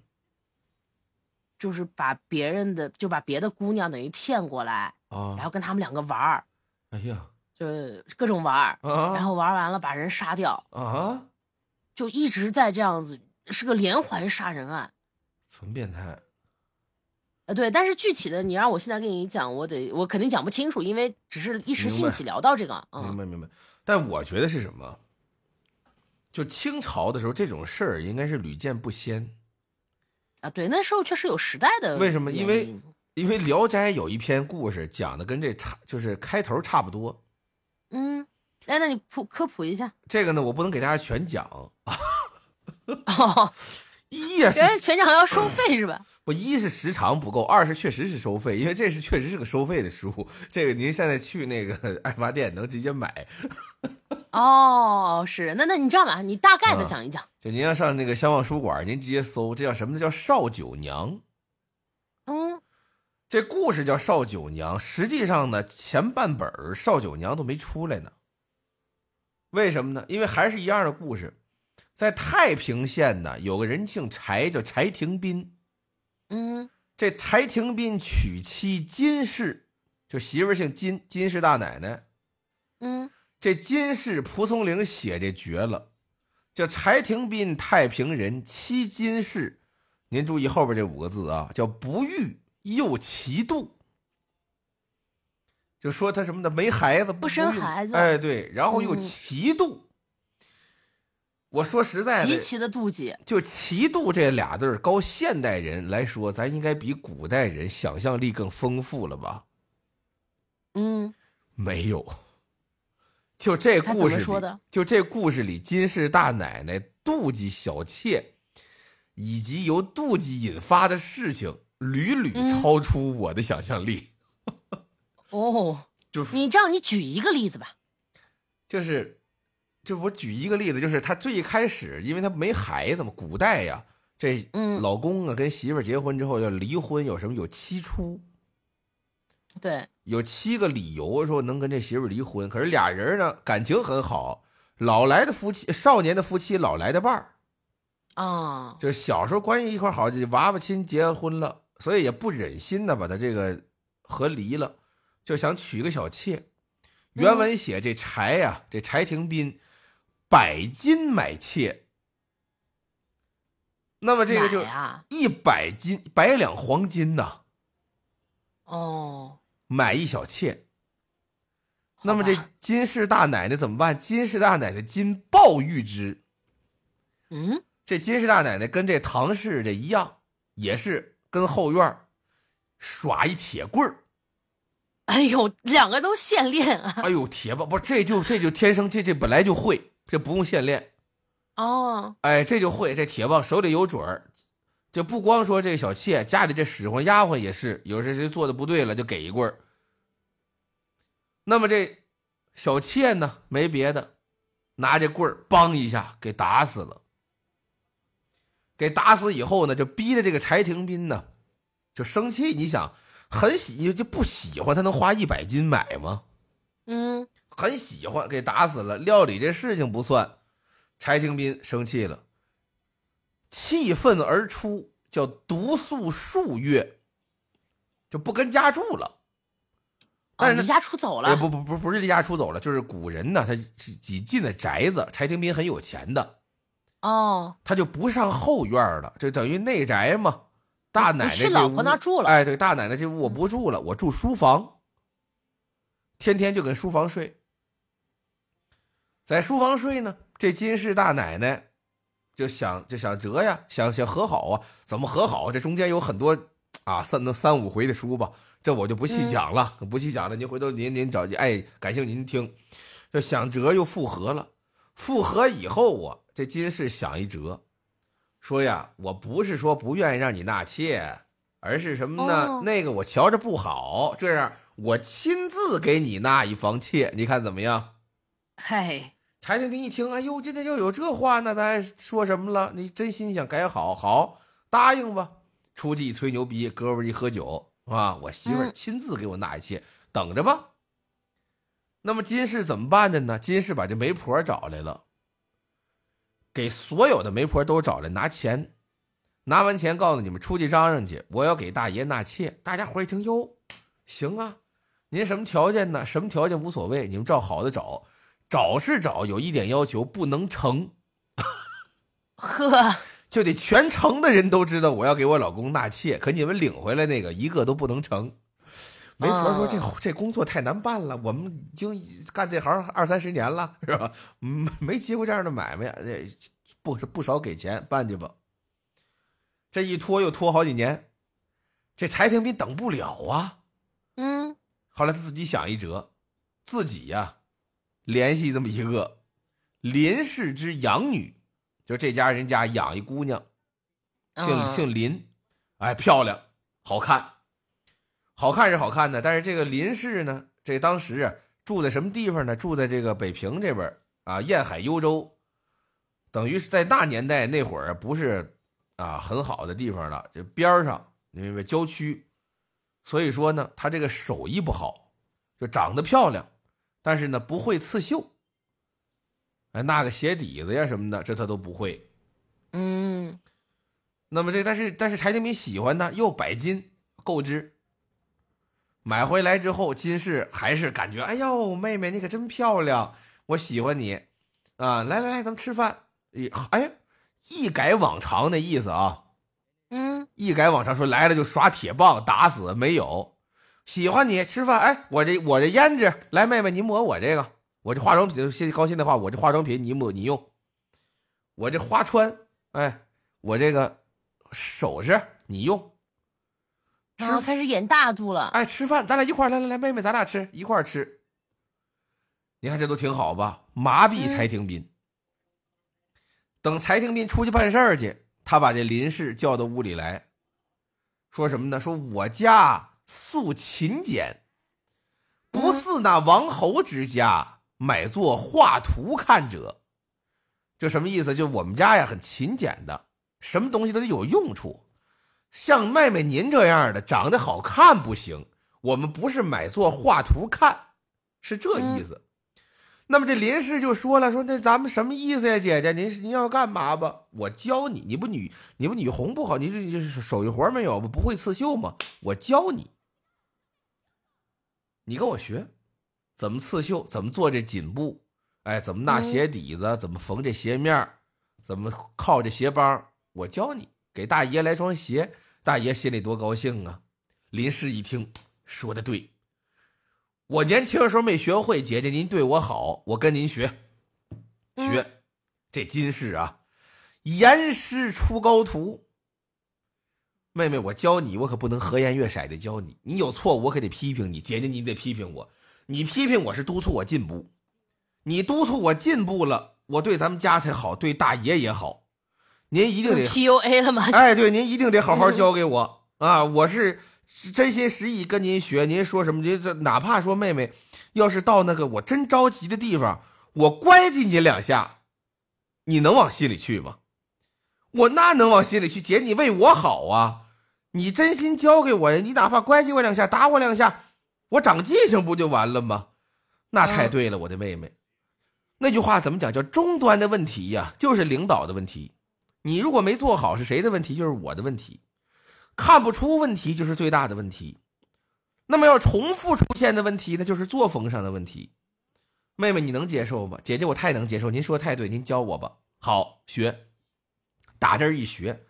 S1: 就是把别人的就把别的姑娘等于骗过来，然
S2: 啊，
S1: 后跟他们两个玩儿，
S2: 哎呀
S1: 就是各种玩儿，
S2: 啊，
S1: 然后玩完了把人杀掉，
S2: 啊，
S1: 就一直在这样子，是个连环杀人案。
S2: 纯变态，
S1: 呃，对，但是具体的你让我现在跟你讲，我得我肯定讲不清楚，因为只是一时
S2: 明
S1: 兴
S2: 白
S1: 起聊到这个，
S2: 明
S1: 嗯，
S2: 白明白。但我觉得是什么？就清朝的时候，这种事儿应该是屡见不鲜。
S1: 啊，对，那时候确实有时代的
S2: 为什么因为
S1: 原因
S2: 因为《聊斋》有一篇故事讲的跟这差，就是开头差不多。
S1: 嗯，哎，那你普科普一 下，
S2: 这个呢，我不能给大家 全讲。
S1: 哦，
S2: 一呀，是
S1: 原来全讲要收费是吧？
S2: 我一是时长不够，二是确实是收费，因为这是确实是个收费的书。这个您现在去那个爱发店能直接买。
S1: 哦，是，那那你这样吧，你大概的
S2: 嗯
S1: 讲一讲，
S2: 就您要上那个相望书馆，您直接搜，这叫什么呢？叫少九娘。
S1: 嗯，
S2: 这故事叫少九娘，实际上呢，前半本儿少九娘都没出来呢。为什么呢？因为还是一样的故事，在太平县呢，有个人姓柴，叫柴廷宾。
S1: 嗯，
S2: 这柴廷宾娶妻金氏，就媳妇儿姓金，金氏大奶奶。
S1: 嗯，
S2: 这金氏蒲松龄写这绝了，叫柴廷宾太平人，妻金氏。您注意后边这五个字啊，叫不育又其度，就说他什么的没孩子，不
S1: 不生
S2: 育
S1: 孩子
S2: 哎对，然后又
S1: 嗯
S2: 其度。我说实在
S1: 极
S2: 的，
S1: 其的妒忌，
S2: 就“奇度”这俩字儿，高现代人来说，咱应该比古代人想象力更丰富了吧？
S1: 嗯，
S2: 没有。就这
S1: 他怎
S2: 故事
S1: 么
S2: 里
S1: 说的
S2: 就这故事里，金氏大奶奶妒忌小妾，以及由妒忌引发的事情，屡屡
S1: 嗯
S2: 超出我的想象力。
S1: 哦，
S2: 就是
S1: 你这样你举一个例子吧，
S2: 就是，就我举一个例子，就是她最一开始，因为她没孩子嘛，古代呀，这
S1: 嗯
S2: 老公啊跟媳妇儿结婚之后要离婚，有什么有七出，
S1: 对，
S2: 有七个理由说能跟这媳妇儿离婚。可是俩人呢感情很好，老来的夫妻，少年的夫妻，老来的伴儿，
S1: 啊，
S2: 就是小时候关系一块儿好，就娃娃亲结婚了，所以也不忍心呢把她这个和离了，就想娶个小妾。原文写这柴呀、这柴廷斌百金买妾，那么这个就
S1: 买啊，
S2: 一百金百两黄金呐、
S1: 哦，
S2: 买一小妾。
S1: 好
S2: 那么这
S1: 吧
S2: 金氏大奶奶怎么办？金氏大奶奶金鲍玉之，
S1: 嗯，
S2: 这金氏大奶奶跟这唐氏这一样，也是跟后院儿耍一铁棍儿。
S1: 哎呦，两个都现练啊，
S2: 哎呦，铁棒不是这就这就天生这这本来就会，这不用现练。
S1: 哦，
S2: 哎，这就会这铁棒手里有准儿，这不光说这小妾，家里这使唤丫鬟也是，有时谁做的不对了就给一棍儿。那么这小妾呢，没别的，拿这棍儿梆一下给打死了。给打死以后呢，就逼的这个柴廷斌呢，就生气。你想，很喜就不喜欢他能花一百金买吗？
S1: 嗯，
S2: 很喜欢，给打死了。料理这事情不算，柴廷斌生气了，气愤而出，叫独宿数月，就不跟家住了。
S1: 哦，
S2: 但是呢
S1: 离家出走
S2: 哎
S1: 了，
S2: 不不不不是离家出走了，就是古人呢，他几几进了宅子，柴廷斌很有钱的，
S1: 哦，
S2: 他就不上后院了，这等于内宅嘛。大奶奶
S1: 去
S2: 这
S1: 老婆
S2: 屋
S1: 那住了
S2: 哎，对，大奶奶这屋我不住了，我住书房，天天就搁书房睡。在书房睡呢，这金氏大奶奶就想就想辙呀，想想和好啊，怎么和好？这中间有很多啊三三五回的书吧，这我就不细讲了，不细讲了。您回头您您找哎感兴趣您听，就想辙又复合了。复合以后啊，这金氏想一辙，说呀，我不是说不愿意让你纳妾，而是什么呢？
S1: 哦
S2: 那个我瞧着不好，这样我亲自给你纳一房妾，你看怎么样？
S1: 嘿，
S2: 柴廷斌一听，哎呦，这这要有这话，那咱还说什么了？你真心想改好，好答应吧。出去一吹牛逼，哥们儿一喝酒啊，我媳妇儿
S1: 嗯
S2: 亲自给我纳一切，等着吧。那么金氏怎么办的呢？金氏把这媒婆找来了，给所有的媒婆都找来拿钱，拿完钱告诉你们出去嚷嚷去，我要给大爷纳妾。大家伙儿一听，哟，行啊，您什么条件呢？什么条件无所谓，你们照好的找。找是找，有一点要求，不能成，
S1: 呵，
S2: 就得全城的人都知道我要给我老公纳妾，可你们领回来那个一个都不能成。媒婆说
S1: 啊
S2: 这这工作太难办了，我们已经干这行二三十年了，是吧？没没接过这样的买卖，这不不少给钱办去吧。这一拖又拖好几年，这柴廷斌等不了啊。
S1: 嗯，
S2: 后来他自己想一辙，自己呀、联系这么一个林氏之养女，就这家人家养一姑娘，姓
S1: 嗯
S2: 姓林，哎，漂亮，好看，好看是好看的，但是这个林氏呢，这当时啊住在什么地方呢？住在这个北平这边儿啊，沿海幽州，等于是在那年代那会儿不是啊很好的地方了，就边儿上，你明白郊区，所以说呢，她这个手艺不好，就长得漂亮，但是呢不会刺绣，哎，那个鞋底子呀什么的，这她都不会。
S1: 嗯，
S2: 那么这但是但是柴廷斌喜欢呢，又百金购之，买回来之后，金氏还是感觉，哎呦，妹妹你可真漂亮，我喜欢你，啊，来来来，咱们吃饭，一哎，一改往常的意思啊，
S1: 嗯，
S2: 一改往常说来了就耍铁棒打死没有，喜欢你吃饭，哎，我这我这胭脂，来妹妹你抹我这个，我这化妆品，现高兴的话，我这化妆品你抹你用，我这花穿，哎，我这个首饰你用，吃
S1: 然后开始演大度了，
S2: 哎，吃饭咱俩一块儿来来来，妹妹咱俩吃一块儿吃，你看这都挺好吧？麻痹柴廷斌，等柴廷斌出去办事儿去，他把这林氏叫到屋里来，说什么呢？说我家素勤俭，不似那王侯之家，买作画图看者。就什么意思？就我们家呀，很勤俭的，什么东西都得有用处。像妹妹您这样的，长得好看不行，我们不是买作画图看，是这意思。那么这林氏就说了，说那咱们什么意思呀，姐姐？您您要干嘛吧？我教你，你不女你不女红不好，你这你这手艺活儿没有吗？不会刺绣吗？我教你，你跟我学，怎么刺绣，怎么做这锦布，哎，怎么纳鞋底子，怎么缝这鞋面儿，怎么靠这鞋帮儿，我教你。给大爷来双鞋，大爷心里多高兴啊！林氏一听，说的对，我年轻的时候没学会，姐姐您对我好，我跟您学学。这金氏啊，严师出高徒。妹妹，我教你，我可不能和颜悦色的教你，你有错我可得批评你，姐姐你得批评我，你批评我是督促我进步，你督促我进步了，我对咱们家才好，对大爷也好，您一定得
S1: PUA 了吗？
S2: 哎，对，您一定得好好教给我、啊！我是真心实意跟您学，您说什么，您这哪怕说妹妹，要是到那个我真着急的地方，我乖叽你两下，你能往心里去吗？我那能往心里去，姐，你为我好啊！你真心教给我呀，你哪怕乖叽我两下，打我两下，我长记性不就完了吗？那太对了，我的妹妹。那句话怎么讲？叫终端的问题呀、就是领导的问题。你如果没做好，是谁的问题？就是我的问题。看不出问题，就是最大的问题。那么要重复出现的问题，那就是作风上的问题。妹妹，你能接受吗？姐姐，我太能接受。您说得太对，您教我吧。好，学。打这儿一学，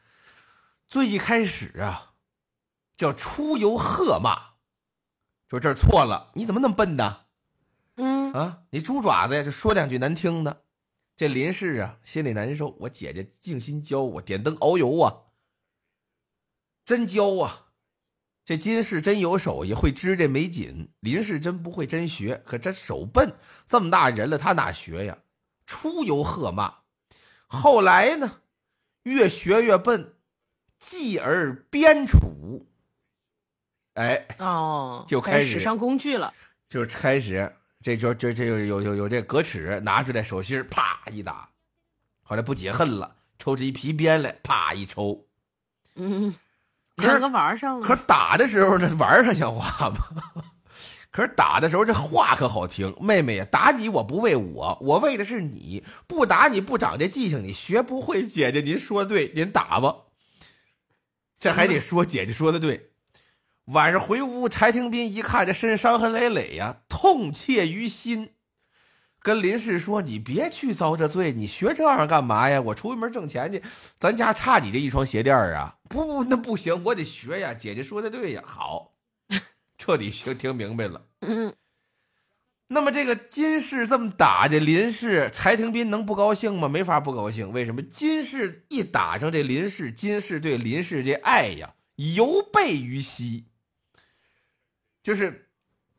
S2: 最一开始啊，叫出游喝骂，说这儿错了，你怎么那么笨呢？
S1: 嗯，
S2: 啊，你猪爪子呀，就说两句难听的。这林氏啊，心里难受。我姐姐静心教我，点灯熬油啊，真教啊。这金氏真有手艺，会织这美锦。林氏真不会，真学，可真手笨。这么大人了，他哪学呀？出油喝骂。后来呢，越学越笨，继而编楚。哎，
S1: 哦，
S2: 就开
S1: 开
S2: 始
S1: 始上工具了。
S2: 就开始，这就这这有有有有这格尺拿出来，手心儿啪一打，后来不解恨了，抽出一皮鞭来，啪一抽。
S1: 嗯，
S2: 可是
S1: 两个玩儿上
S2: 可
S1: 了。
S2: 是打的时候呢，玩儿上像话吗？可是打的时候这话可好听，妹妹呀，打你我不为我，我为的是你，不打你不长这记性，你学不会。姐姐您说对，您打吧。这还得说，姐姐说的对。晚上回屋，柴廷斌一看这身伤痕累累呀、痛切于心，跟林氏说：“你别去遭这罪，你学这样干嘛呀？我出门挣钱去，咱家差你这一双鞋垫儿啊！不不，那不行，我得学呀。姐姐说的对呀，好，彻底学听明白了。
S1: 嗯，
S2: 那么这个金氏这么打这林氏，柴廷斌能不高兴吗？没法不高兴。为什么？金氏一打上这林氏，金氏对林氏这爱呀，犹备于膝，就是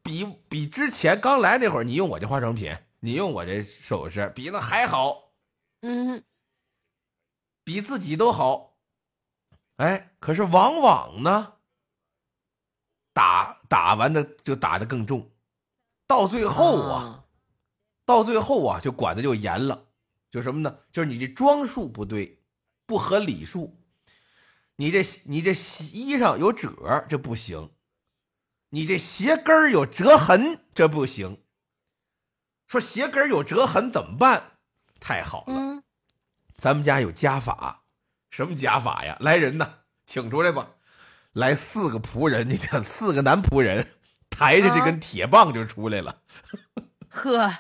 S2: 比比之前刚来那会儿，你用我这化妆品，你用我这首饰，比那还好，
S1: 嗯，
S2: 比自己都好。哎，可是往往呢，打打完的就打的更重，到最后啊到最后啊，就管的就严了，就什么呢？就是你这装束不对，不合礼数，你这你这衣裳有褶儿，这不行；你这鞋跟儿有折痕，这不行。说鞋跟儿有折痕怎么办？太好了，
S1: 嗯，
S2: 咱们家有家法，什么家法呀？来人呐，请出来吧！来四个仆人，你看四个男仆人抬着这根铁棒就出来了。
S1: 呵，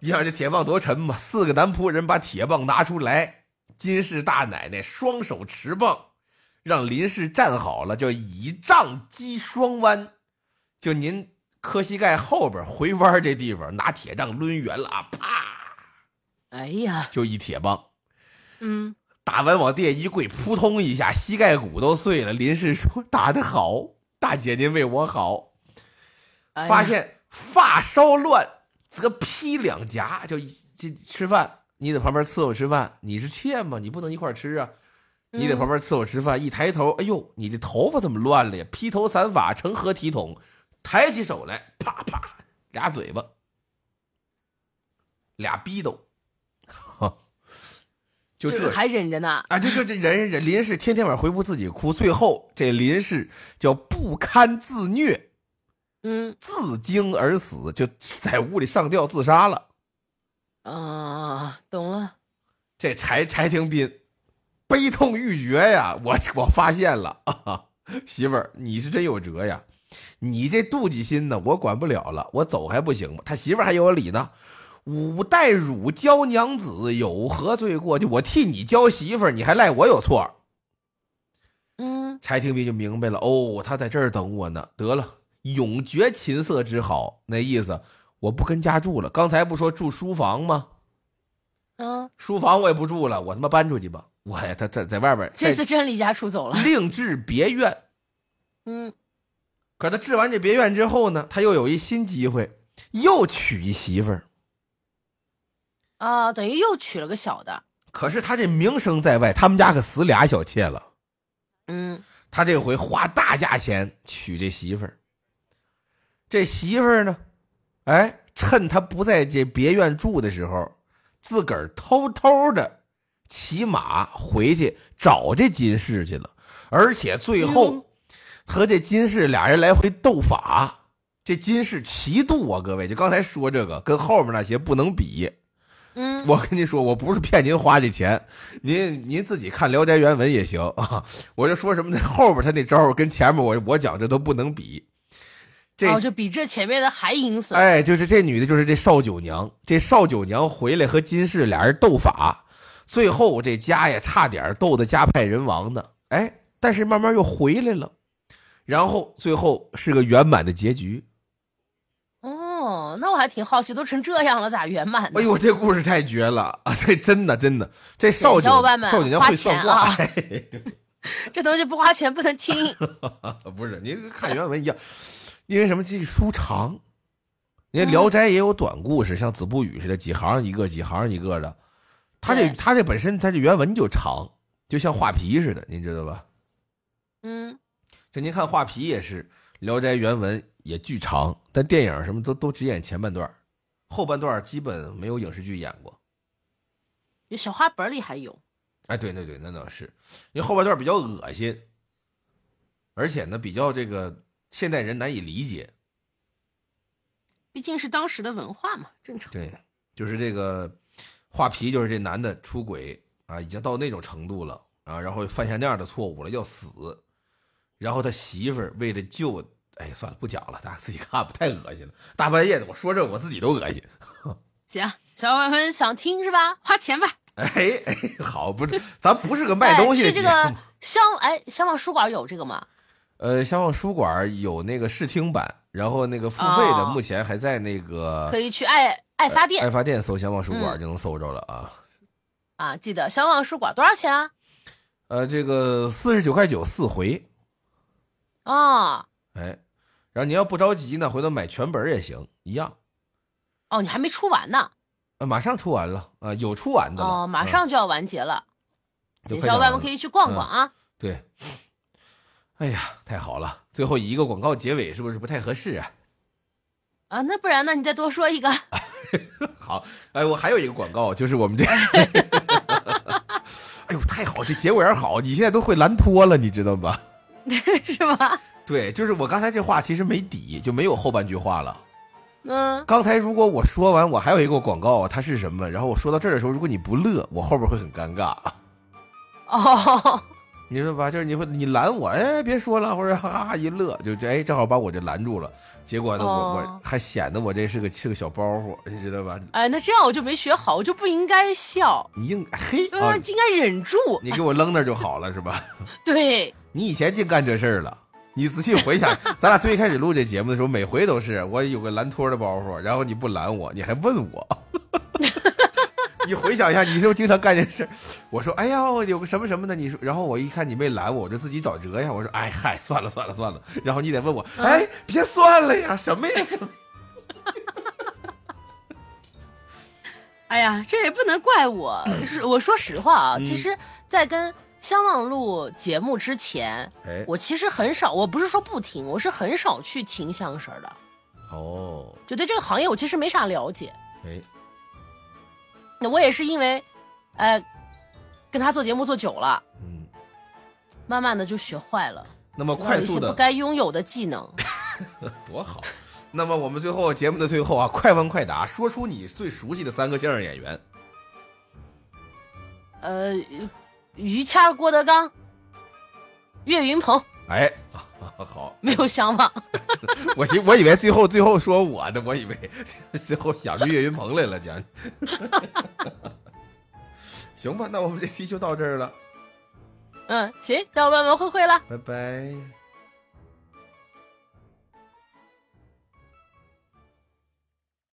S2: 你想这铁棒多沉嘛？四个男仆人把铁棒拿出来，金氏大奶奶双手持棒，让林氏站好了，叫以杖击双弯，就您磕膝盖后边回弯这地方，拿铁杖抡圆了啊，啪，
S1: 哎呀，
S2: 就一铁棒。
S1: 嗯，
S2: 打完往地下一跪，扑通一下，膝盖骨都碎了。林氏说：“打得好，大姐您为我好。”
S1: 哎呀
S2: 发现发梢乱，则劈两颊。就一这吃饭，你在旁边伺候吃饭，你是妾吗？你不能一块儿吃啊！你在旁边伺候吃饭，一抬头，哎呦，你这头发怎么乱了呀？披头散发，成何体统？抬起手来，啪啪，俩嘴巴，俩逼斗， 就
S1: 这
S2: 这
S1: 个还忍着呢。
S2: 啊，就就这人人林氏天天晚上回屋自己哭，最后这林氏叫不堪自虐，
S1: 嗯，
S2: 自惊而死，就在屋里上吊自杀了。
S1: 啊，懂了。
S2: 这柴柴廷斌 悲痛欲绝呀！我我发现了，啊、媳妇儿你是真有辙呀！你这妒忌心呢，我管不了了，我走还不行吗？他媳妇儿还有理呢。吾代汝教娘子，有何罪过？就我替你教媳妇儿，你还赖我有错儿？
S1: 嗯，
S2: 柴廷斌就明白了，哦，他在这儿等我呢。得了，永绝琴瑟之好，那意思我不跟家住了。刚才不说住书房吗？
S1: 啊，
S2: 书房我也不住了，我他妈搬出去吧。我呀，他在在外边
S1: 这次真离家出走了
S2: 再。另置别院。
S1: 嗯，
S2: 可他治完这别院之后呢，他又有一新机会，又娶一媳妇儿。
S1: 啊，等于又娶了个小的。
S2: 可是他这名声在外，他们家可死俩小妾了。
S1: 嗯，
S2: 他这回花大价钱娶这媳妇儿。这媳妇儿呢，哎，趁他不在这别院住的时候，自个儿偷偷的骑马回去找这金氏去了，而且最
S1: 哎
S2: 后
S1: 呦
S2: 和这金氏俩人来回斗法。这金氏奇妒啊，各位，就刚才说这个，跟后面那些不能比。
S1: 嗯，
S2: 我跟您说，我不是骗您花这钱，您您自己看《聊斋原文》也行啊。我就说什么呢？后边他那招儿跟前面我我讲这都不能比。这、
S1: 哦，就比这前面的还阴损。
S2: 哎，就是这女的，就是这少九娘。这少九娘回来和金氏俩人斗法，最后这家呀差点斗得家败人亡呢。哎，但是慢慢又回来了，然后最后是个圆满的结局。
S1: 哦，那我还挺好奇，都成这样了，咋圆满呢？
S2: 哎呦，这故事太绝了啊！这真的真的，这少九
S1: 小伙伴们
S2: 少九娘
S1: 花
S2: 会算
S1: 钱
S2: 卦。
S1: 啊
S2: 哎
S1: 这东西不花钱不能听。
S2: 啊 不是，您看原文一样，因为什么？这书长，人家《聊斋》也有短故事，像《子不语》似的，几行一个，几行一个的。他这
S1: 对
S2: 他这本身他这原文就长，就像画皮似的，您知道吧？
S1: 嗯，
S2: 就您看画皮也是，《聊斋》原文也巨长，但电影什么都都只演前半段儿，后半段儿基本没有影视剧演过。
S1: 有小花本里还有。
S2: 哎，对对对，那倒是，因为后半段比较恶心，而且呢比较这个现代人难以理解。
S1: 毕竟是当时的文化嘛，正常。
S2: 对，就是这个画皮，就是这男的出轨啊，已经到那种程度了啊，然后犯下那样的错误了，要死。然后他媳妇儿为了救，哎，算了，不讲了，大家自己看吧，太恶心了。大半夜的，我说这我自己都恶心。
S1: 行，小伙伴们想听是吧？花钱吧。
S2: 哎哎，好，不是，咱不是个卖东西
S1: 哎
S2: 的
S1: 去这
S2: 节目
S1: 个香哎香港书馆有这个吗？
S2: 呃，相望书馆有那个试听版，然后那个付费的
S1: 哦
S2: 目前还在那个
S1: 可以去
S2: 哎
S1: 爱爱发电
S2: 爱发店搜相望书馆
S1: 嗯
S2: 就能搜着了啊。
S1: 啊！记得香港书馆多少钱啊？
S2: 呃，这个四十九块九四回，
S1: 哦
S2: 哎，然后你要不着急呢，回头买全本儿也行，一样。
S1: 哦，你还没出完呢
S2: 呃，马上出完了啊、有出完的了。
S1: 哦，马
S2: 嗯
S1: 上就要完结了，
S2: 就快
S1: 小伙伴们
S2: 讲完
S1: 可
S2: 了嗯
S1: 以去逛逛啊。
S2: 对。哎呀，太好了！最后以一个广告结尾，是不是不太合适啊？
S1: 啊，那不然呢？你再多说一个。
S2: 好，哎，我还有一个广告，就是 我们这， 哎呦，太好，这结尾儿好，你现在都会蓝脱了，你知道吧？
S1: 是吧？
S2: 对，就是我刚才这话其实没底，就没有后半句话了。
S1: 嗯，
S2: 刚才如果我说完，我还有一个广告啊，它是什么？然后我说到这儿的时候，如果你不乐，我后边会很尴尬。
S1: 哦，
S2: 你说吧，就是你会你拦我，哎，别说了，或者哈哈哈一乐，就这哎，正好把我这拦住了。结果呢，我我
S1: 哦
S2: 还显得我这是个是个小包袱，你知道吧？
S1: 哎，那这样我就没学好，我就不应该笑，
S2: 你应嘿
S1: 嗯、
S2: 啊，
S1: 应该忍住。
S2: 你给我扔那儿就好了，是吧？
S1: 对，
S2: 你以前净干这事儿了。你仔细回想， 咱俩最开始录这节目的时候，每回都是我有个拦托的包袱，然后你不拦我，你还问我。 你回想一下，你是不是经常干这事儿？我说，哎呀，我有个什么什么的，你说，然后我一看你没拦我，我就自己找辙呀。我说，哎嗨，算了算了算了。然后你得问我，
S1: 嗯
S2: 哎，别算了呀，什 么呀？
S1: 哎呀，这也不能怪我。是我说实话啊，
S2: 嗯
S1: 其实，在跟相望录节目之前，
S2: 哎，
S1: 我其实很少，我不是说不听，我是很少去听相声的，
S2: 哦，
S1: 就对这个行业我其实没啥了解。
S2: 哎，
S1: 那我也是因为，呃，跟他做节目做久了，
S2: 嗯，
S1: 慢慢的就学坏了，
S2: 那么
S1: 我
S2: 哦快
S1: 有一些
S2: 速
S1: 不
S2: 的
S1: 该拥有的技能。
S2: 多好。那么我们最后节目的最后啊，快问快答，说出你最熟悉的三个相声演员。
S1: 呃，于谦儿、郭德纲、岳云鹏，
S2: 哎， 好，
S1: 没有想法。
S2: 我寻我以为最后最后说我的，我以为最后想着岳云鹏来了，讲。 行吧，那我们这期就到这儿了，
S1: 嗯，行，小伙伴们，会会了。
S2: 拜拜。